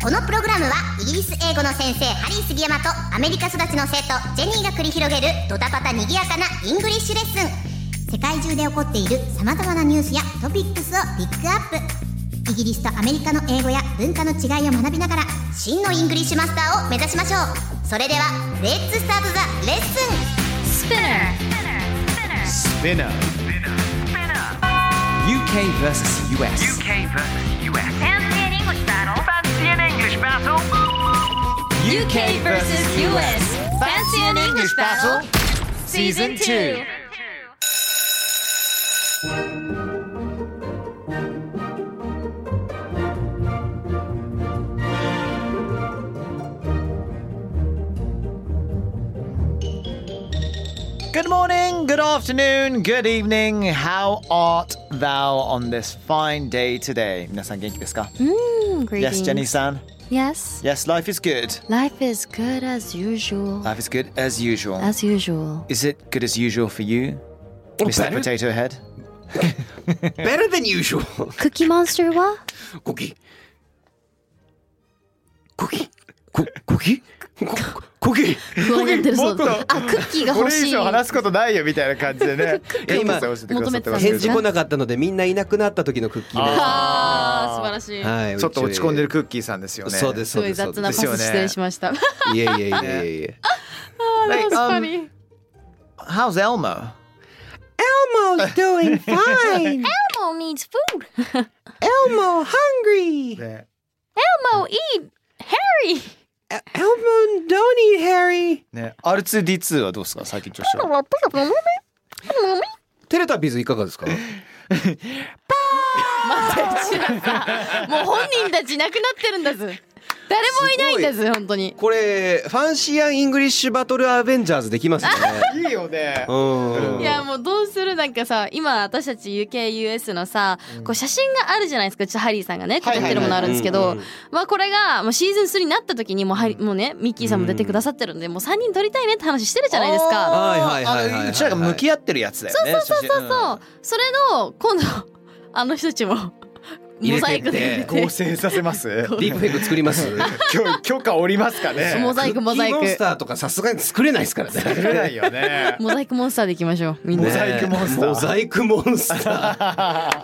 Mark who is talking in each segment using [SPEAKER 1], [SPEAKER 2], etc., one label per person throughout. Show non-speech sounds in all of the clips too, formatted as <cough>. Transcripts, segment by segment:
[SPEAKER 1] このプログラムはイギリス英語の先生ハリー杉山とアメリカ育ちの生徒ジェニーが繰り広げるドタパタにぎやかなイングリッシュレッスン世界中で起こっている様々なニュースやトピックスをピックアップイギリスとアメリカの英語や文化の違いを学びながら真のイングリッシュマスターを目指しましょうそれではレッツスタートザレッスン
[SPEAKER 2] Spinner. UK versus US.
[SPEAKER 3] UK versus US. Fancy an English battle. Fancy
[SPEAKER 2] UK versus US. Season
[SPEAKER 3] an English battle. Fancy an English battle.
[SPEAKER 2] 2. Good morning, good afternoon, good evening. How art thou on this fine day today? 皆さん元気ですか Yes, Jenny san.
[SPEAKER 4] Yes
[SPEAKER 2] Yes, life is good.
[SPEAKER 4] Life is good as usual
[SPEAKER 2] Life is good as usual.
[SPEAKER 4] As usual
[SPEAKER 2] Is it good as usual for you, Mr.
[SPEAKER 5] better-
[SPEAKER 2] Potato Head?
[SPEAKER 5] Better than usual.
[SPEAKER 4] クッキーモンスターは
[SPEAKER 5] Cookie. Cookie. Co- Cookie. Co- Cookie.
[SPEAKER 4] 不安になってるそうです
[SPEAKER 2] もっと
[SPEAKER 4] あクッキーが欲しい
[SPEAKER 2] すことないよみたいな感じでね。
[SPEAKER 5] いや今
[SPEAKER 2] クッキーさん教えくださってますけ
[SPEAKER 4] 求
[SPEAKER 2] ど
[SPEAKER 5] 返
[SPEAKER 4] めて
[SPEAKER 5] 事
[SPEAKER 4] た
[SPEAKER 5] 来なかったのでみんないなくなった時のクッキーで
[SPEAKER 6] あー素晴らしい。
[SPEAKER 5] はい。
[SPEAKER 2] ちょっと落ち込んでる
[SPEAKER 5] ク
[SPEAKER 2] クッキーさんですよね。
[SPEAKER 5] そうです
[SPEAKER 6] す
[SPEAKER 5] そう
[SPEAKER 6] ごい
[SPEAKER 5] ですそう
[SPEAKER 6] 雑
[SPEAKER 5] で
[SPEAKER 6] なパ
[SPEAKER 5] す。
[SPEAKER 6] ス失礼しました。
[SPEAKER 5] いやいやいやいやい
[SPEAKER 6] <laughs>
[SPEAKER 5] や。
[SPEAKER 2] Like,
[SPEAKER 6] 確か
[SPEAKER 2] um,
[SPEAKER 6] に。
[SPEAKER 2] how's Elmo?
[SPEAKER 5] Elmo's doing fine.
[SPEAKER 4] Elmo needs food
[SPEAKER 5] Elmo hungry.
[SPEAKER 4] Elmo eat Harry
[SPEAKER 5] Elmo don't eat Harry.
[SPEAKER 2] ね、R2D2 はどうですか最近調子は。
[SPEAKER 5] テレタビーズいかがですか？
[SPEAKER 6] もう本人たちいなくなってるんだず。誰もいないんだず本当に。
[SPEAKER 5] これファンシーアンイングリッシュバトルアベンジャーズできますね。
[SPEAKER 6] <laughs>
[SPEAKER 2] いいよね
[SPEAKER 5] う。ん。
[SPEAKER 6] いやもうどうするなんかさ今私たち UKUS のさこう写真があるじゃないですかちょっとハリーさんがね撮ってるものあるんですけ
[SPEAKER 5] はいは
[SPEAKER 6] ど
[SPEAKER 5] いはい
[SPEAKER 6] まあこれがもうシーズン3になった時にもうハリもうねミッキーさんも出てくださってるんでもう3人撮りたいねって話してるじゃないですか。
[SPEAKER 5] はいはいはいはいはい
[SPEAKER 2] あのうちらが向き合ってるやつだよね。そうそうそう
[SPEAKER 6] そうそれの今度あの人たちも
[SPEAKER 5] 入
[SPEAKER 6] モ
[SPEAKER 5] れ
[SPEAKER 6] ザ
[SPEAKER 5] て
[SPEAKER 6] イ
[SPEAKER 5] って
[SPEAKER 6] クで入
[SPEAKER 2] 合
[SPEAKER 6] れて
[SPEAKER 2] 成させます。
[SPEAKER 5] ディ
[SPEAKER 2] <laughs>
[SPEAKER 5] ープフェイク作り <laughs> ます。
[SPEAKER 2] 許許可おりますかね。
[SPEAKER 6] モザイクモザイ
[SPEAKER 5] クッキーモン
[SPEAKER 6] ク
[SPEAKER 5] スターとかさすがに作れないですから <laughs> ね。
[SPEAKER 2] 作れないよね。
[SPEAKER 6] モザイクモンスターでいきましょうみん
[SPEAKER 2] モ
[SPEAKER 6] な。
[SPEAKER 2] ザイクモンスター
[SPEAKER 5] モザイクモンスタ <laughs> ー。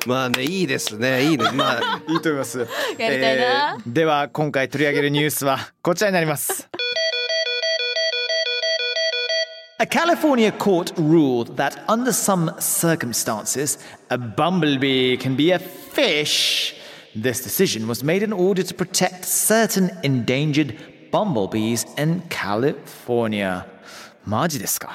[SPEAKER 5] まあね、いいですね。いいね。まあ、
[SPEAKER 2] いいと思います。やり
[SPEAKER 6] たいな
[SPEAKER 2] では今回取り上げるニュースは <laughs> こちらになります。A California court ruled that under some circumstances, a bumblebee can be a fish. This decision was made in order to protect certain endangered bumblebees in California. マジですか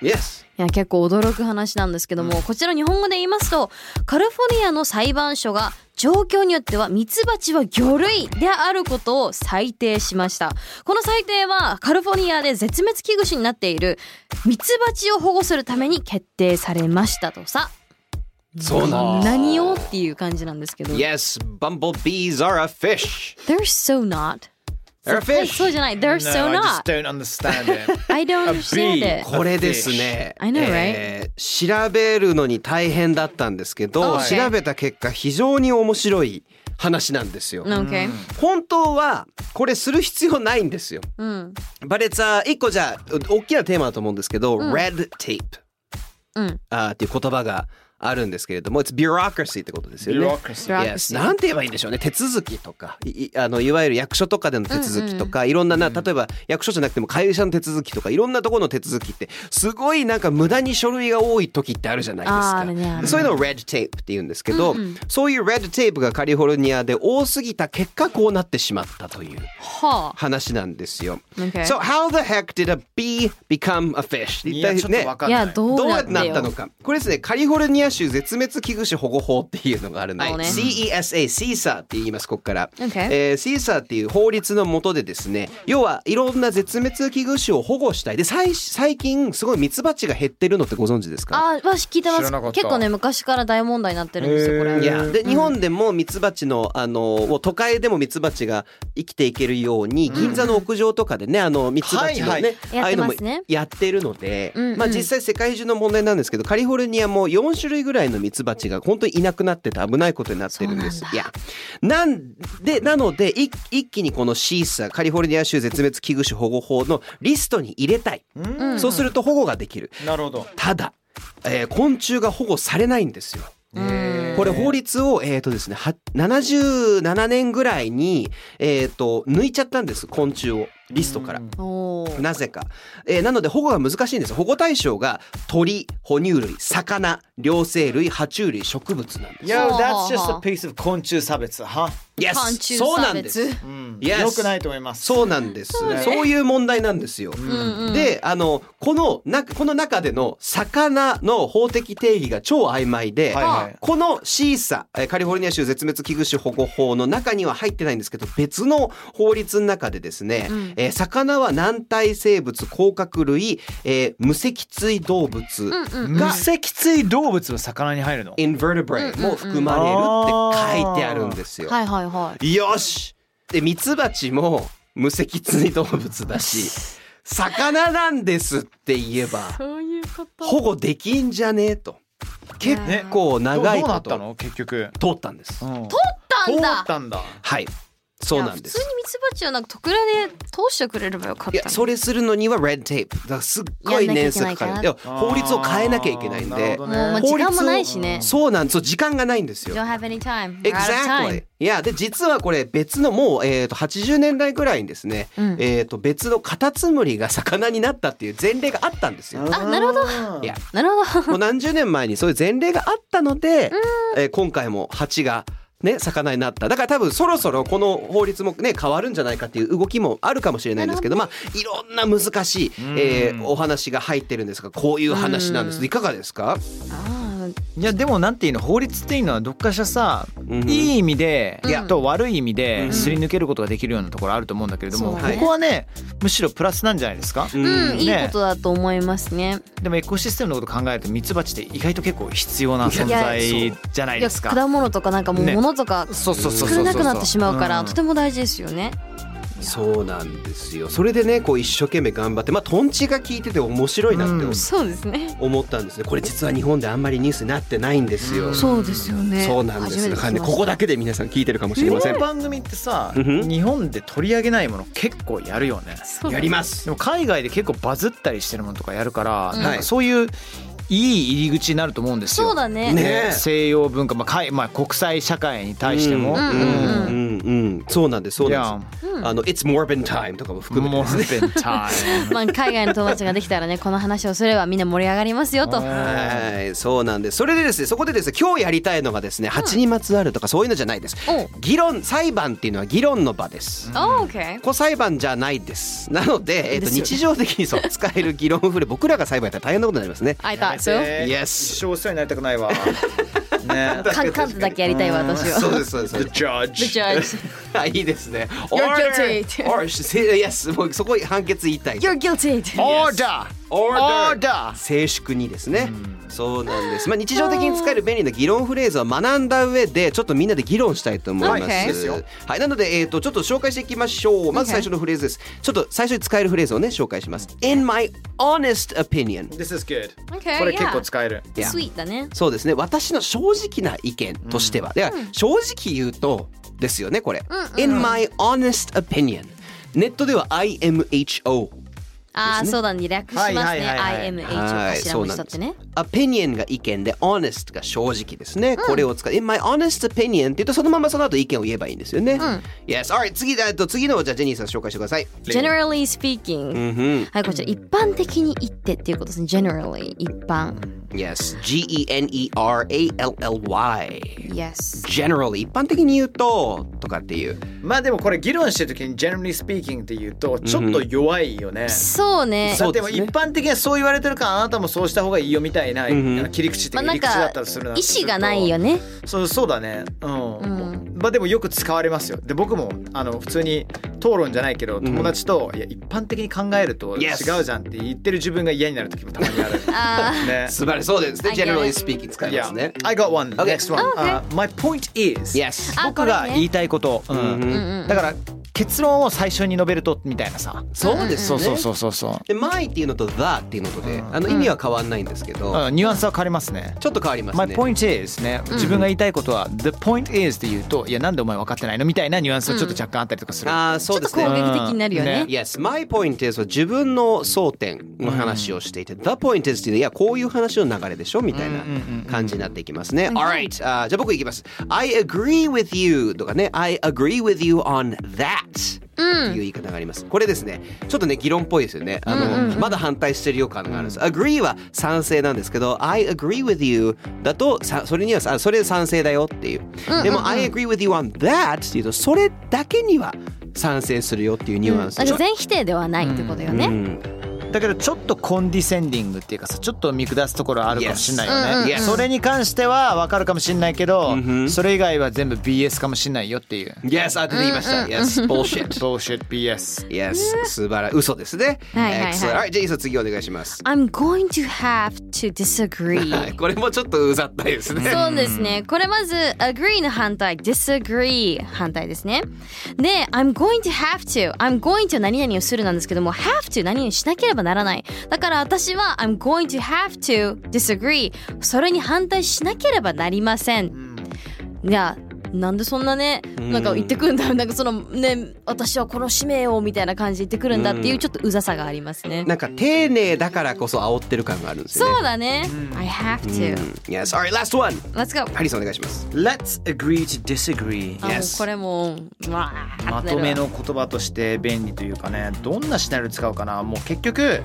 [SPEAKER 5] Yes。
[SPEAKER 6] いや結構驚く話なんですけども、こちら日本語で言いますとカリフォルニアの裁判所が状況によってはミツバチは魚類であることを裁定しましたこの裁定はカリフォルニアで絶滅危惧種になっているミツバチを保護するために決定されましたとさ
[SPEAKER 5] そうなんです。
[SPEAKER 6] 何をっていう感じなんですけど
[SPEAKER 5] Yes, bumblebees are a fish.
[SPEAKER 6] They're so not
[SPEAKER 5] They're a
[SPEAKER 6] はいそう
[SPEAKER 5] fish.
[SPEAKER 6] じゃない They're so
[SPEAKER 2] I just
[SPEAKER 6] not
[SPEAKER 2] don't understand it.
[SPEAKER 6] I don't understand
[SPEAKER 2] bee.
[SPEAKER 6] it
[SPEAKER 5] これですね。
[SPEAKER 6] I know, right?
[SPEAKER 5] ー調べるのに大変だったんですけど、
[SPEAKER 6] Oh, okay.
[SPEAKER 5] 調べた結果非常に面白い話なんですよ。
[SPEAKER 6] Okay
[SPEAKER 5] 本当はこれする必要ないんですよ。
[SPEAKER 6] うん
[SPEAKER 5] バレツァ一個じゃあ大きなテーマだと思うんですけど、red tape、
[SPEAKER 6] うん
[SPEAKER 5] あーっていう言葉があるんですけれども、it's bureaucracy ってことですよね。
[SPEAKER 2] Bureaucracy.
[SPEAKER 5] Yes なんて言えばいいんでしょうね手続きとかいいあのいわゆる役所とかでの手続きとか、いろんなな例えば役所じゃなくても会社の手続きとかいろんなところの手続きってすごいなんか無駄に書類が多い時ってあるじゃないです
[SPEAKER 6] あー
[SPEAKER 5] か。
[SPEAKER 6] あるねあるね
[SPEAKER 5] そういうのを red tape って言うんですけど、そういう red tape がカリフォルニアで多すぎた結果こうなってしまったという
[SPEAKER 6] はあ
[SPEAKER 5] 話なんですよ。
[SPEAKER 6] Okay
[SPEAKER 5] So how the heck did a bee become a fish?
[SPEAKER 2] いやちょっとわかん
[SPEAKER 6] い
[SPEAKER 2] ない。
[SPEAKER 6] やど
[SPEAKER 5] ど
[SPEAKER 6] う
[SPEAKER 5] う
[SPEAKER 6] な
[SPEAKER 5] や
[SPEAKER 6] っ
[SPEAKER 5] っててなった
[SPEAKER 6] よ
[SPEAKER 5] のか。これですね、カリフォルニア種絶滅危惧種保護法っていうのがあるんで、
[SPEAKER 6] はい
[SPEAKER 5] CESA、シーサーって言います、ここから。
[SPEAKER 6] Okay
[SPEAKER 5] えー、シーサーっていう法律の下でですね、要はいろんな絶滅危惧種を保護したい。で、最最近、すごいミツバチが減ってるのってご存知ですか
[SPEAKER 6] あー、わし聞いてま
[SPEAKER 2] 知ら
[SPEAKER 6] す
[SPEAKER 2] なかっ。た
[SPEAKER 6] 結構ね、昔から大問題になってるんですよ、こ
[SPEAKER 2] へ
[SPEAKER 6] れ。
[SPEAKER 2] ー
[SPEAKER 5] いやで日本でもミツバチのあのもう都会でもミツバチが生きていけるように銀座の屋上とかでねあのミツバチのね、
[SPEAKER 2] はいはい
[SPEAKER 5] ああいうのも
[SPEAKER 6] やってますね
[SPEAKER 5] やってるので、
[SPEAKER 6] うんうん
[SPEAKER 5] まあ実際世界中の問題なんですけどカリフォルニアも4種類ぐらいのミツバチが本当にいなくなってて危ないことになってるんです。いやなんでなのでい一気にこのシーサーカリフォルニア州絶滅危惧種保護法のリストに入れたい、
[SPEAKER 6] ん
[SPEAKER 5] そうすると保護ができる
[SPEAKER 2] なるほど。
[SPEAKER 5] ただ、えー昆虫が保護されないんですよ。
[SPEAKER 6] うん
[SPEAKER 5] これ法律を、えーとですね、は77年ぐらいに、えー、と抜いちゃったんです昆虫をリストから。
[SPEAKER 6] おー
[SPEAKER 5] なぜか、えーなので保護が難しいんです保護対象が鳥哺乳類魚両生類爬虫類植物なんです。
[SPEAKER 2] Yo,
[SPEAKER 6] はあ
[SPEAKER 2] that's just
[SPEAKER 6] は
[SPEAKER 2] a
[SPEAKER 6] あ
[SPEAKER 2] piece of 昆虫差別、は、
[SPEAKER 5] Yes
[SPEAKER 6] 昆虫
[SPEAKER 5] そう
[SPEAKER 6] 差
[SPEAKER 5] なんです
[SPEAKER 6] 別。
[SPEAKER 2] うん、
[SPEAKER 5] Yes
[SPEAKER 2] よくないと思います。
[SPEAKER 5] そうなんです。そういう問題なんですよ。
[SPEAKER 6] んうん
[SPEAKER 5] で、あの、この、な、この中での魚の法的定義が超曖昧で、
[SPEAKER 2] はいはい
[SPEAKER 5] このシーサ、えーカリフォルニア州絶滅危惧種保護法の中には入ってないんですけど、別の法律の中でですね、
[SPEAKER 6] ん
[SPEAKER 5] えー魚は軟体生物、甲殻類、えー無脊椎動物、
[SPEAKER 6] うんうん。
[SPEAKER 2] 無脊椎動物は魚に入るの
[SPEAKER 5] インバルブレも含まれるって書いてあるんですよ。
[SPEAKER 6] はいはいはい。
[SPEAKER 5] よしでミツバチも無脊椎動物だし魚なんですって言えば
[SPEAKER 6] そういうこと。
[SPEAKER 5] 保護できんじゃねえと結
[SPEAKER 2] ね
[SPEAKER 5] 構長い
[SPEAKER 2] どう
[SPEAKER 5] こ
[SPEAKER 2] なった
[SPEAKER 5] と
[SPEAKER 2] の結局。
[SPEAKER 5] 通ったんです。
[SPEAKER 2] うん
[SPEAKER 6] 通ったん
[SPEAKER 2] 通
[SPEAKER 6] だ
[SPEAKER 2] ったんだ。
[SPEAKER 5] はいそうなんで
[SPEAKER 6] いや普
[SPEAKER 5] す
[SPEAKER 6] 通にミツバチはなんか特例で通してくれればよかったの
[SPEAKER 5] い
[SPEAKER 6] に。
[SPEAKER 5] やそれするのにはレッドテープだからすっごい年数かかる
[SPEAKER 6] やん
[SPEAKER 5] いや
[SPEAKER 6] な
[SPEAKER 5] 法律を変えなきゃいけないん
[SPEAKER 2] あーな
[SPEAKER 5] で
[SPEAKER 2] るほどね
[SPEAKER 6] もう時間もないしね。
[SPEAKER 5] そうなんですそう時間がないんですよ
[SPEAKER 6] Don't have any time. We're out of time.
[SPEAKER 5] Exactly. いやで実はこれ別のもう、えー、と80年代ぐらいにですね、
[SPEAKER 6] うん
[SPEAKER 5] えー、と別のカタツムリが魚になったっていう前例があったんですよ。
[SPEAKER 6] あ、なるほど。
[SPEAKER 5] いや
[SPEAKER 6] なるほど。
[SPEAKER 5] もう何十年前にそういう前例があったので、えー今回も蜂が。ね、魚になっただから多分そろそろこの法律もね変わるんじゃないかっていう動きもあるかもしれないんですけどまあいろんな難しい、えーお話が入ってるんですがこういう話なんですいかがですか、
[SPEAKER 6] あー
[SPEAKER 2] いやでもなんていうの法律っていうのはどっかしらさ、
[SPEAKER 5] うん
[SPEAKER 2] いい意味で、
[SPEAKER 5] いや
[SPEAKER 2] と悪い意味
[SPEAKER 5] う
[SPEAKER 2] で
[SPEAKER 5] ん
[SPEAKER 2] すり抜けることができるようなところあると思うんだけれども、
[SPEAKER 6] そう
[SPEAKER 2] こ
[SPEAKER 6] ね
[SPEAKER 2] こはねむしろプラスなんじゃないですか、
[SPEAKER 5] うん
[SPEAKER 6] うん、いい
[SPEAKER 2] ね
[SPEAKER 6] ことだと思いますね。
[SPEAKER 2] でもエコシステムのこと考えるとミツバチって意外と結構必要な存
[SPEAKER 5] いや
[SPEAKER 2] 在じゃない
[SPEAKER 6] い
[SPEAKER 2] で
[SPEAKER 6] や、
[SPEAKER 2] すか。
[SPEAKER 6] 果物とかなんかもう
[SPEAKER 2] ね
[SPEAKER 6] 物とか
[SPEAKER 2] そうそうそうそう
[SPEAKER 6] 作
[SPEAKER 2] そう
[SPEAKER 6] れなくなってしまうから、
[SPEAKER 2] ん
[SPEAKER 6] とても大事ですよね。
[SPEAKER 5] そうなんですよそれでねこう一生懸命頑張ってまあトンチが効いてて面白いなって
[SPEAKER 2] うん
[SPEAKER 6] そうですね。
[SPEAKER 5] 思ったんですねこれ実は日本であんまりニュースになってないんですよ、
[SPEAKER 6] そうですよね。
[SPEAKER 5] そうなんです
[SPEAKER 6] 初め
[SPEAKER 5] だ
[SPEAKER 6] て
[SPEAKER 5] からね
[SPEAKER 6] 聞きました
[SPEAKER 5] ここだけで皆さん聞いてるかもしれ
[SPEAKER 2] こ
[SPEAKER 5] ません
[SPEAKER 2] の番組ってさ
[SPEAKER 5] うんうん
[SPEAKER 2] 日本で取り上げないもの結構やるよね。
[SPEAKER 6] そう
[SPEAKER 5] やります
[SPEAKER 2] でも海外で結構バズったりしてるものとかやるから、
[SPEAKER 5] ん
[SPEAKER 2] なんかそういういい入り口になると思うんですよ。
[SPEAKER 6] そうだね。
[SPEAKER 5] ね
[SPEAKER 2] 西洋文化、まあ海まあ、国際社会に対しても、
[SPEAKER 5] う
[SPEAKER 2] うん
[SPEAKER 5] うん
[SPEAKER 2] ん
[SPEAKER 5] うんうんそうなんですそうなんです、
[SPEAKER 6] うん
[SPEAKER 5] あの It's Morbin Time とかも含め
[SPEAKER 2] モ
[SPEAKER 5] て
[SPEAKER 2] ルベンタイム。
[SPEAKER 6] <laughs> まあ海外の友達ができたらね、この話をすればみんな盛り上がりますよと。
[SPEAKER 5] はいそうなんですそれでですねそこでですね今日やりたいのがですね蜂にまつわるとかそういうのじゃないです
[SPEAKER 6] おう
[SPEAKER 5] 議論裁判っていうのは議論の場です
[SPEAKER 6] オーケー。
[SPEAKER 5] こ裁判じゃないですなので、えっと
[SPEAKER 6] ですよね
[SPEAKER 5] 日常的にそう使える議論フレ僕らが裁判やったら大変なことになりますね
[SPEAKER 6] I thought so.
[SPEAKER 5] Yes
[SPEAKER 2] 一生お世話になりたくない <laughs> わ。ね。
[SPEAKER 6] カンカンってだけやりたいわ私は。
[SPEAKER 5] そうですそうですそう
[SPEAKER 2] The
[SPEAKER 5] です
[SPEAKER 6] The
[SPEAKER 2] judge.
[SPEAKER 6] judge.
[SPEAKER 5] あいいですね
[SPEAKER 6] You're
[SPEAKER 5] Order!
[SPEAKER 6] guilty.
[SPEAKER 5] Or- Yes もうそこ判決言いたい
[SPEAKER 6] You're guilty.
[SPEAKER 2] Order. Order.
[SPEAKER 5] 静粛にですね、そうなんです、まあ、日常的に使える便利な議論フレーズを学んだ上でちょっとみんなで議論したいと思います、
[SPEAKER 6] Okay
[SPEAKER 5] ですよはい、なので、えー、とちょっと紹介していきましょうまず最初のフレーズですちょっと最初に使えるフレーズをね紹介します In my honest opinion
[SPEAKER 2] This is good.
[SPEAKER 6] Okay,
[SPEAKER 2] これ結構使える。
[SPEAKER 5] <laughs> いや
[SPEAKER 6] Sweet だね。
[SPEAKER 5] そうですね私の正直な意見としては、では正直言うとですよねこれ、In my honest opinion ネットでは IMHO
[SPEAKER 6] ああ、そうだね。略しますね。
[SPEAKER 2] はいはいはいはい
[SPEAKER 6] IMH を頭文字だってね。
[SPEAKER 5] opinion が意見で honest が正直ですね。これを使う。In my honest opinion って言うとそのままその後意見を言えばいいんですよね。yes, alright 次だえっと次のじゃあジェニーさん紹介してください。
[SPEAKER 6] Generally speaking。
[SPEAKER 5] うん
[SPEAKER 6] はい、こちら一般的に言ってっていうことですね。Generally 一般。
[SPEAKER 5] うん。Yes, G E N E R A L L Y。
[SPEAKER 6] Yes。
[SPEAKER 5] Generally 一般的に言うととかっていう。
[SPEAKER 2] まあでもこれ議論してる時に generally speaking って言うとちょっと弱いよね。
[SPEAKER 6] そうね
[SPEAKER 5] そ
[SPEAKER 2] だ
[SPEAKER 5] う
[SPEAKER 2] って
[SPEAKER 5] です
[SPEAKER 2] も
[SPEAKER 5] ね
[SPEAKER 2] 一般的にはそう言われてるからあなたもそうした方がいいよみたいな、
[SPEAKER 5] んうん
[SPEAKER 2] あの切り口って
[SPEAKER 6] まあ
[SPEAKER 2] いうか切り
[SPEAKER 6] なん
[SPEAKER 2] 口だ
[SPEAKER 6] か
[SPEAKER 2] ったりするな
[SPEAKER 6] 意思がないよね
[SPEAKER 2] そうそうだねうん、
[SPEAKER 6] うん
[SPEAKER 2] まあでもよく使われますよで僕もあの普通に討論じゃないけど友達と、いや一般的に考えると違
[SPEAKER 5] Yes
[SPEAKER 2] うじゃんって言ってる自分が嫌になる時もたまにある
[SPEAKER 6] あー
[SPEAKER 2] ね
[SPEAKER 5] 素晴らしいそうですね。
[SPEAKER 6] I
[SPEAKER 5] g e
[SPEAKER 6] get
[SPEAKER 5] n e r a
[SPEAKER 6] it
[SPEAKER 5] l y speaking 使いますね。
[SPEAKER 2] I got one.
[SPEAKER 5] Okay.
[SPEAKER 2] Next one. Uh, my point is.
[SPEAKER 5] Yes.
[SPEAKER 6] あ
[SPEAKER 2] 僕が
[SPEAKER 6] これね
[SPEAKER 2] 言いたいこと。うん
[SPEAKER 5] うんうん
[SPEAKER 2] だから結論を最初に述べるとみたいなさ。
[SPEAKER 5] そうですね。
[SPEAKER 2] そうそうそうそうそう。
[SPEAKER 5] で my っていうのと the っていうのとで、あの意味は変わんないんですけど、
[SPEAKER 2] うんニュアンスは変わりますね。
[SPEAKER 5] ちょっと変わります
[SPEAKER 2] My
[SPEAKER 5] ね。
[SPEAKER 2] point is ね、自分が言いたいことは、the point is って言うと、いや、なんでお前分かってないのみたいなニュアンスがちょっと若干あったりとかする。
[SPEAKER 5] ああ <laughs> そう
[SPEAKER 6] ちょ
[SPEAKER 5] で
[SPEAKER 6] っと
[SPEAKER 5] す
[SPEAKER 6] 攻
[SPEAKER 5] ね。
[SPEAKER 6] 撃的になるよね
[SPEAKER 2] うん
[SPEAKER 5] Yes, my point is は自分の争点の話をしていて、the point is っていうのはいやこういう話の流れでしょみたいな感じになっていきますね。Alright, あーじゃあ僕いきます。I agree with you とかね、I agree with you on that っていう言い方があります。これですね、ちょっとね議論っぽいですよね。あの、まだ反対してるよ感があるんです。agree は賛成なんですけど、I agree with you だとさそれにはあそれ賛成だよっていう。でも、I agree with you on that っていうとそれだけには賛成するよっていうニュアンス。
[SPEAKER 6] なんか全否定ではないってことよね、
[SPEAKER 2] だけど、ちょっとコンディセンディングっていうかさ、ちょっと見下すところあるかもしれないよね。
[SPEAKER 5] Yes.
[SPEAKER 2] それに関しては分かるかもしれないけど、
[SPEAKER 5] Mhm.
[SPEAKER 2] それ以外は全部 BS かもしれないよっていう。
[SPEAKER 5] Yes, あ出てきました。Yes, bullshit.
[SPEAKER 2] Bullshit BS。
[SPEAKER 5] yes, 素晴らしい。嘘ですね。
[SPEAKER 6] はいはいはい
[SPEAKER 5] Excellent. はい、じゃあ、いっそ次お願いします。
[SPEAKER 6] I'm going to have to disagree
[SPEAKER 5] はい、これもちょっとうざったいですね。
[SPEAKER 6] そうですね。これまず agree の反対 disagree 反対ですね。で I'm going to have to I'm going to 何々をするなんですけども have to 何々しなければならない。だから私は I'm going to have to disagree それに反対しなければなりません。いやなんでそんなねなんか言ってくるんだなんかそのね私はこの使命をみたいな感じで言ってくるんだっていうちょっとうざさがありますね。
[SPEAKER 5] なんか丁寧だからこそ煽ってる感があるんですよね。
[SPEAKER 6] そうだね。I have to、
[SPEAKER 5] Yes, alright, last one.
[SPEAKER 6] Let's go。
[SPEAKER 5] ハリーさんお願いします。
[SPEAKER 2] Let's agree to disagree.
[SPEAKER 6] あもう
[SPEAKER 5] Yes
[SPEAKER 6] これもううわーってな
[SPEAKER 2] ま
[SPEAKER 6] るわ
[SPEAKER 2] とめの言葉として便利というかねどんなシナリオ使うかなもう結局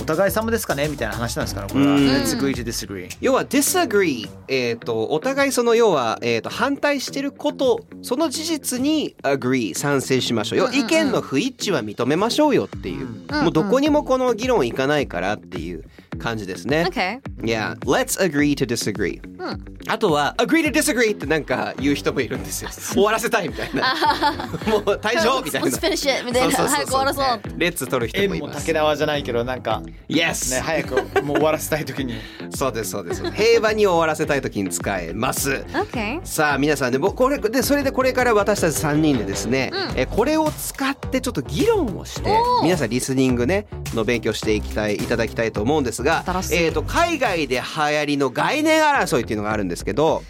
[SPEAKER 2] お互い様ですかねみたいな話なんですからこれは
[SPEAKER 5] うん
[SPEAKER 2] Let's agree to disagree
[SPEAKER 5] 要は disagree、えっとお互いその要は、えっと反対してることその事実に agree 賛成しましょうよ、要は意見の不一致は認めましょうよっていう、もうどこにもこの議論いかないからっていう感じですね。
[SPEAKER 6] Okay.
[SPEAKER 5] Yeah, let's agree to disagree、あとは agree to disagree ってなんか言う人もいるんです
[SPEAKER 6] <laughs>
[SPEAKER 5] よ終わらせたいみたいなもう退場みたいな
[SPEAKER 6] Let's finish it みたいな
[SPEAKER 5] そうそうそうそう
[SPEAKER 6] 早く終わらそう
[SPEAKER 5] レッツ取る人
[SPEAKER 2] 縁
[SPEAKER 5] もい
[SPEAKER 2] も
[SPEAKER 5] ます
[SPEAKER 2] 竹縄じゃないけどなんかね
[SPEAKER 5] Yes、
[SPEAKER 2] 早くもう終わらせたい時に
[SPEAKER 5] そうですそうです平和に終わらせたい時に使えます
[SPEAKER 6] Okay.
[SPEAKER 5] さあ皆さんねぼこれでそれでこれから私たち3人でですね、えこれを使ってちょっと議論をして
[SPEAKER 6] おー
[SPEAKER 5] 皆さんリスニングねの勉強していきたいいただきたいと思うんですが
[SPEAKER 6] 新しい
[SPEAKER 5] えー、と海外で流行りの概念争いっていうのがあるんですけど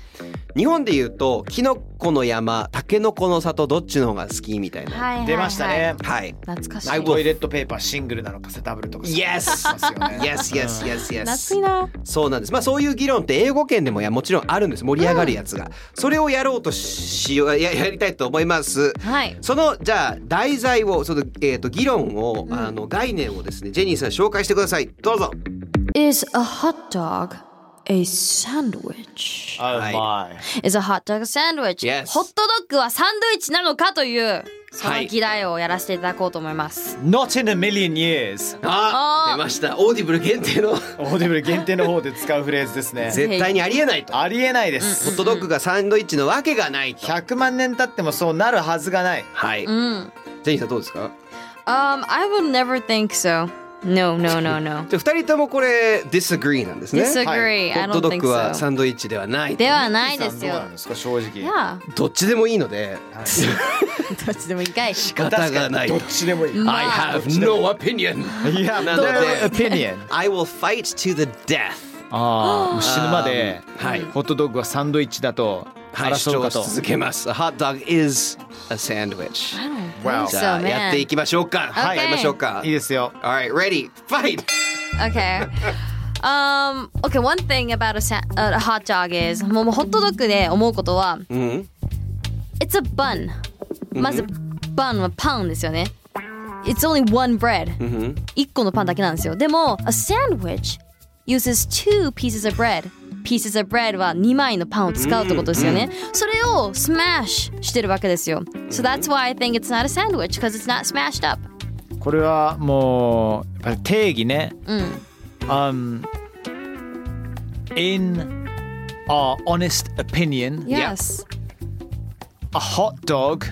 [SPEAKER 5] 日本で言うとキノコの山タケノコの里どっちの方が好きみたいな。
[SPEAKER 6] はいはいはい
[SPEAKER 2] 出ましたね
[SPEAKER 5] はい
[SPEAKER 6] 懐かしい
[SPEAKER 2] トイレットペーパーシングルなのかセダブルとか
[SPEAKER 5] Yes!
[SPEAKER 2] そうですよね
[SPEAKER 5] Yes, yes, yes, yes.
[SPEAKER 6] 懐かしい
[SPEAKER 5] そうなんです。まあそういう議論って英語圏でもいやもちろんあるんです。盛り上がるやつが。それをやろうとしようややりたいと思います。
[SPEAKER 6] なはい
[SPEAKER 5] そのじゃあ題材をそのえっ、と議論を、あの概念をですねジェニーさん紹介してください。どうぞ。
[SPEAKER 6] Is a hot dog a sandwich?
[SPEAKER 2] Oh
[SPEAKER 5] はい
[SPEAKER 2] my
[SPEAKER 6] Is a hot dog a sandwich?
[SPEAKER 5] Yes
[SPEAKER 6] ホットドッグはサンドイッチなのかというそ
[SPEAKER 5] は
[SPEAKER 6] の
[SPEAKER 5] い
[SPEAKER 6] 議題をやらせていただこうと思います。
[SPEAKER 2] Not in a million years
[SPEAKER 5] あ
[SPEAKER 6] あー
[SPEAKER 5] 出ました。オーディブル限定の
[SPEAKER 2] オーディブル限定の方で使うフレーズですね
[SPEAKER 5] <laughs> 絶対にありえないと。
[SPEAKER 2] ありえないで
[SPEAKER 5] ホッ
[SPEAKER 2] す
[SPEAKER 5] トドッグがサンドイッチのわけがないと。
[SPEAKER 2] 100万年経ってもそうなるはずがない
[SPEAKER 5] はい。
[SPEAKER 6] うん。
[SPEAKER 5] ジェニーさんどうですか。
[SPEAKER 6] Um, I would never think so. No, no,
[SPEAKER 5] <laughs>
[SPEAKER 6] no, no.
[SPEAKER 5] じゃあ二人ともこれ disagree なんですね。
[SPEAKER 6] Disagree.
[SPEAKER 5] ホ
[SPEAKER 6] I
[SPEAKER 5] ット
[SPEAKER 6] don't
[SPEAKER 5] ドッ
[SPEAKER 6] think
[SPEAKER 5] グは
[SPEAKER 6] so.
[SPEAKER 5] サンドイッチではないと。
[SPEAKER 6] ではないです
[SPEAKER 2] どう
[SPEAKER 6] よ
[SPEAKER 2] なん。ですか正直
[SPEAKER 6] Yeah.
[SPEAKER 5] どっちでもいいので
[SPEAKER 2] はい
[SPEAKER 6] どっちでもいいかい。
[SPEAKER 5] 仕方がない
[SPEAKER 2] ど。っちでもいい。
[SPEAKER 6] ま
[SPEAKER 5] I
[SPEAKER 6] あ
[SPEAKER 5] have no opinion.
[SPEAKER 2] いや、
[SPEAKER 5] なので <laughs>
[SPEAKER 2] opinion。
[SPEAKER 5] I will fight to the death.
[SPEAKER 2] ああ、もう死ぬまで、
[SPEAKER 5] うんはい
[SPEAKER 2] ホットドッグはサンドイッチだと
[SPEAKER 5] はい、主
[SPEAKER 2] 争う
[SPEAKER 5] 張
[SPEAKER 2] か
[SPEAKER 5] し
[SPEAKER 2] と。
[SPEAKER 5] 続けます。A hot dog is a sandwich.
[SPEAKER 2] Wow.
[SPEAKER 5] じゃあ
[SPEAKER 6] So, man.
[SPEAKER 5] やっていきましょうか。はい、
[SPEAKER 6] Okay.
[SPEAKER 5] やりましょうか。
[SPEAKER 2] いいですよ。
[SPEAKER 5] Alright, ready, fight!
[SPEAKER 6] Okay. Um, okay, one thing about a, sa- uh, a hot dog is もうもうホットドッグで思うことは、
[SPEAKER 5] ん
[SPEAKER 6] It's a bun. まず、bun はパンですよね。It's only one bread. 一個のパンだけなんですよ。でも、a sandwich uses two pieces of bread. pieces of bread は2枚のパンを使うってことですよね。それを Mm-hmm. smash してるわけですよ。So that's why I think it's not a sandwich because it's not smashed up.
[SPEAKER 2] これはもうやっぱり定義ね。
[SPEAKER 6] うん。
[SPEAKER 2] Um, in our honest opinion,
[SPEAKER 6] Yes.
[SPEAKER 2] a hot dog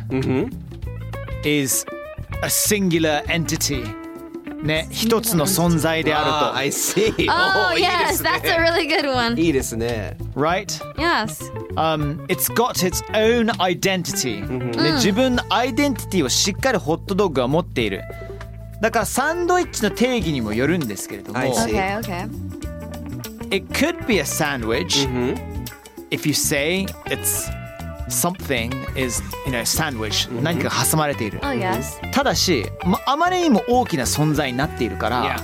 [SPEAKER 2] is a singular entity. ね、一つの存在であ
[SPEAKER 5] あー、I Ah,
[SPEAKER 2] る
[SPEAKER 5] see.
[SPEAKER 6] <laughs>
[SPEAKER 5] お
[SPEAKER 6] Oh,
[SPEAKER 5] ー
[SPEAKER 6] yes, that's a really good one.
[SPEAKER 5] いいですね。
[SPEAKER 2] と。Right?
[SPEAKER 6] Yes.
[SPEAKER 2] Um, it's got its own identity、で自分のアイデンティティをしっかりホットドッグは持っているだからサンドイッチの定義にもよるんですけれども
[SPEAKER 5] I see.
[SPEAKER 6] Okay, okay.
[SPEAKER 2] It could be a sandwich、if you say it's something is you know sandwich、何かが挟まれている
[SPEAKER 6] Oh, yes.
[SPEAKER 2] ただし、まあまりにも大きな存在になっている
[SPEAKER 6] Ah,
[SPEAKER 2] から、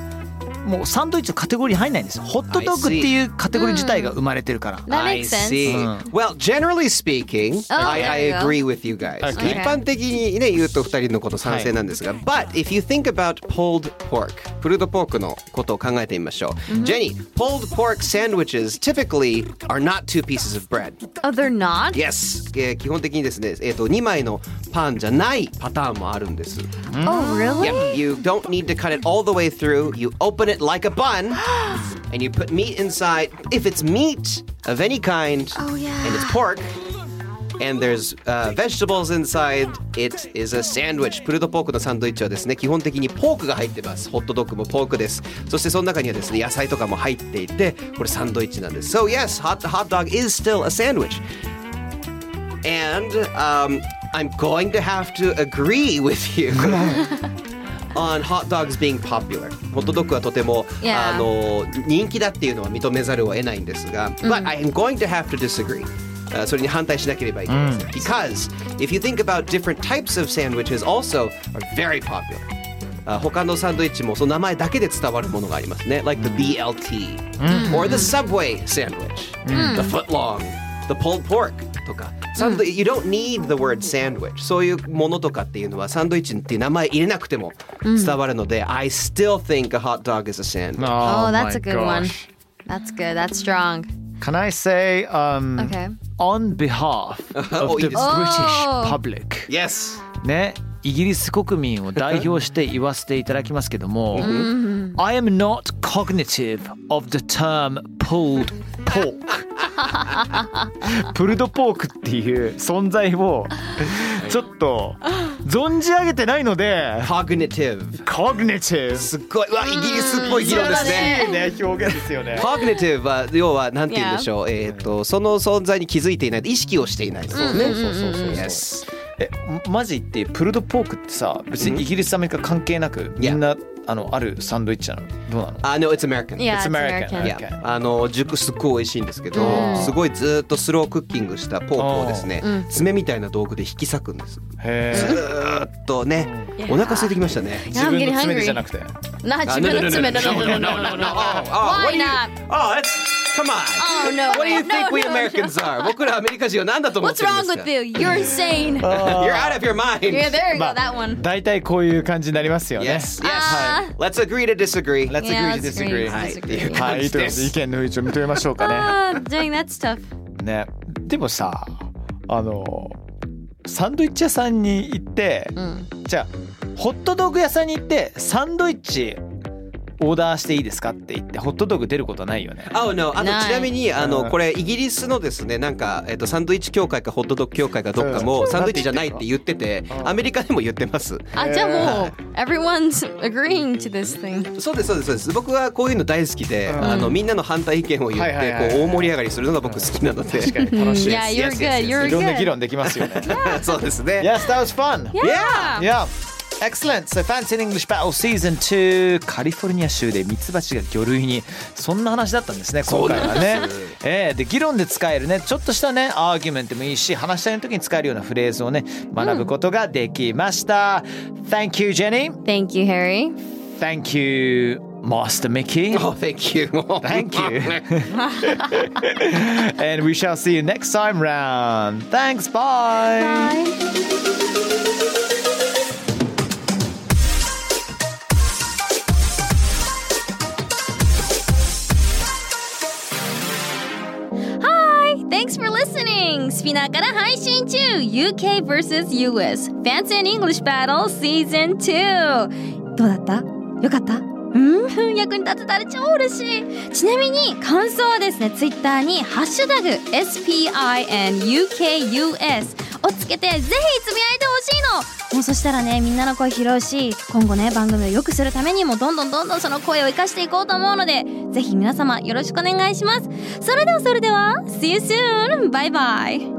[SPEAKER 2] もうサンドイッチのカテゴリーに入んないんですよホットドッグっていうカテゴリー自体が生まれてるから、
[SPEAKER 6] That makes
[SPEAKER 5] I
[SPEAKER 6] sense. Oh,
[SPEAKER 5] see.
[SPEAKER 2] Hmm.
[SPEAKER 5] Well, generally speaking, I, I
[SPEAKER 6] there you go.
[SPEAKER 5] agree with you guys.
[SPEAKER 2] Okay.
[SPEAKER 5] 一般的にね言うと二人のこと賛成なんですが、But if you think about pulled pork, プルドポークのことを考えてみましょ
[SPEAKER 6] Mm-hmm.
[SPEAKER 5] う。Jenny, pulled pork sandwiches typically are not two pieces of bread.
[SPEAKER 6] Oh, they're not?
[SPEAKER 5] Yes. えー基本的にですね、えっ、と二枚のパンじゃないパターンもあるんです。
[SPEAKER 6] Oh, really?
[SPEAKER 5] Yep, you don't need to cut it all the way through. You open it like a
[SPEAKER 6] <gasps>
[SPEAKER 5] bun, and you put meat inside. If it's meat of any kind,
[SPEAKER 6] Oh, yeah.
[SPEAKER 5] and it's pork, and there's uh, vegetables inside, it is a sandwich. プルドポークのサンドイッチはですね、基本的にポークが入ってます。ホットドッグもポークです。そしてその中にはですね、野菜とかも入っていて、これサンドイッチなんです。So yes, hot hot dog is still a sandwich. And um, I'm going to have to agree with you. on hot dogs being popular ホットドッグはとても、
[SPEAKER 6] Yeah.
[SPEAKER 5] あの人気だっていうのは認めざるを得ないんですが、But I'm going to have to disagree あそれに反対しなければいけないです、Because if you think about different types of sandwiches also are very popular あ他のサンドイッチもその名前だけで伝わるものがありますね Like the BLT、or the Subway sandwich、the footlong the pulled pork とかサンド、You don't need the word sandwich そういうものとかっていうのはサンドイッチっていう名前入れなくても伝わるので、I still think a hot dog is a sandwich、
[SPEAKER 6] Oh, that's a good one. That's good. That's strong.
[SPEAKER 2] Can I say um,
[SPEAKER 6] Okay.
[SPEAKER 2] on behalf
[SPEAKER 5] <laughs>
[SPEAKER 2] of the
[SPEAKER 5] いいです
[SPEAKER 2] British
[SPEAKER 5] ね
[SPEAKER 2] public
[SPEAKER 5] Yes
[SPEAKER 2] ねイギリス国民を代表して言わせていただきますけども I am not cognitive of the term pulled pork プルドポークっていう存在をちょっと存じ上げてないので
[SPEAKER 5] Cognitive
[SPEAKER 2] cognitive
[SPEAKER 5] すっごいうわイギリスっぽい議論ですね
[SPEAKER 2] ね表現ですよね
[SPEAKER 5] Cognitive は要はなんて言うんでしょう、えっ、とその存在に気づいていない意識をしていないそうね、そうそうそう Yes
[SPEAKER 2] えマジ言ってプルドポークってさ別にイギリスアメリカ関係なくみんなあのあるサンドイッチなのどうなの
[SPEAKER 5] I know it's American
[SPEAKER 2] It's
[SPEAKER 6] Yeah, it's
[SPEAKER 2] American.
[SPEAKER 6] American.
[SPEAKER 2] Yeah.
[SPEAKER 5] いやあの熟すっごい美味しいんですけど、すごいずーっとスロークッキングしたポークをですね、爪みたいな道具で引き裂くんです。
[SPEAKER 2] へ
[SPEAKER 5] ずーっとね、お腹空いてきましたね。
[SPEAKER 6] Yeah, I'm getting hungry.
[SPEAKER 2] くて
[SPEAKER 6] Not Jimena Jimena- no, no, no, no, no. Why not?
[SPEAKER 5] Oh, that's come on.
[SPEAKER 6] Oh, no.
[SPEAKER 5] What do you
[SPEAKER 6] No,
[SPEAKER 5] think we
[SPEAKER 6] no, no.
[SPEAKER 5] Americans are? 僕らアメリカ人は何だと思っ
[SPEAKER 6] What's
[SPEAKER 5] てるんで
[SPEAKER 6] wrong
[SPEAKER 5] すか
[SPEAKER 6] with you? You're insane.
[SPEAKER 5] You're out of your mind.
[SPEAKER 6] Yeah, there you
[SPEAKER 2] ま
[SPEAKER 6] go.
[SPEAKER 2] あ
[SPEAKER 6] That one.
[SPEAKER 2] 大体こういう感じになりますよね
[SPEAKER 5] Yes, yes.
[SPEAKER 6] あー
[SPEAKER 5] Let's agree to disagree. Let's
[SPEAKER 6] Yeah,
[SPEAKER 5] agree to
[SPEAKER 6] let's
[SPEAKER 5] disagree.
[SPEAKER 6] agree to
[SPEAKER 5] はいっていう
[SPEAKER 6] disagree.
[SPEAKER 2] は
[SPEAKER 5] 感
[SPEAKER 2] い、
[SPEAKER 5] じで
[SPEAKER 2] ということです意。見の一致を認めましょう
[SPEAKER 6] <laughs>
[SPEAKER 2] か
[SPEAKER 6] Ah, dang, that's tough.
[SPEAKER 2] ね。ね、でもさ、あのサンドイッチ屋さんに行って、じゃあホットドッグ屋さんに行ってサンドイッチオーダーしていいですかって言ってホットドッグ出ることないよね。
[SPEAKER 5] あのあと
[SPEAKER 6] ない
[SPEAKER 5] ちなみにあのこれイギリスのですねなんかえっとサンドイッチ協会かホットドッグ協会かどっかもサンドイッチじゃないって言っててアメリカでも言ってます。
[SPEAKER 6] Ah, yeah. everyone's agreeing to this thing.
[SPEAKER 5] そうですそうですそうです。僕はこういうの大好きで、あのみんなの反対意見を言
[SPEAKER 2] はいはいはい
[SPEAKER 5] っ
[SPEAKER 2] はい
[SPEAKER 5] てこう大盛り上がりするのが僕好きなので。
[SPEAKER 2] 確かに楽し
[SPEAKER 5] Yes,
[SPEAKER 2] いで
[SPEAKER 6] Yeah, you're
[SPEAKER 5] yes, yes,
[SPEAKER 6] good.
[SPEAKER 5] yes,
[SPEAKER 6] You're
[SPEAKER 2] す。いろんな
[SPEAKER 6] good.
[SPEAKER 2] 議論できますよね。
[SPEAKER 5] <laughs> そうですね。
[SPEAKER 2] Yes, that was fun.
[SPEAKER 5] Yeah.
[SPEAKER 2] Yeah. Excellent. So Fancy in English Battle Season 2カリフォルニア州でミツバチが魚類にそんな話だったんですね今回はね。ええで議論で使えるねちょっとしたねアーギュメントもいいし話し合いの時に使えるようなフレーズをね学ぶことができました。Thank you Jenny.
[SPEAKER 6] Thank you, Harry.
[SPEAKER 2] Thank you Master Mickey.
[SPEAKER 5] Oh, thank you. <laughs>
[SPEAKER 2] Thank <laughs> you. And we shall see you next time round. Thanks. Bye.
[SPEAKER 6] Hi! Thanks for listening! スピナーから配信中 !UK vs.US Fancy and English Battle Season 2! どうだったよかった <laughs> うん役に立てたら超嬉しいちなみに感想はですねツイッターに「ハッシュタグ #SPINUKUS」をつけてぜひつぶやいてほしいのもうそしたらねみんなの声拾うし今後ね番組を良くするためにもどんどんどんどんその声を生かしていこうと思うのでぜひ皆様よろしくお願いしますそれではそれでは See you soon! バイバイ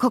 [SPEAKER 4] こ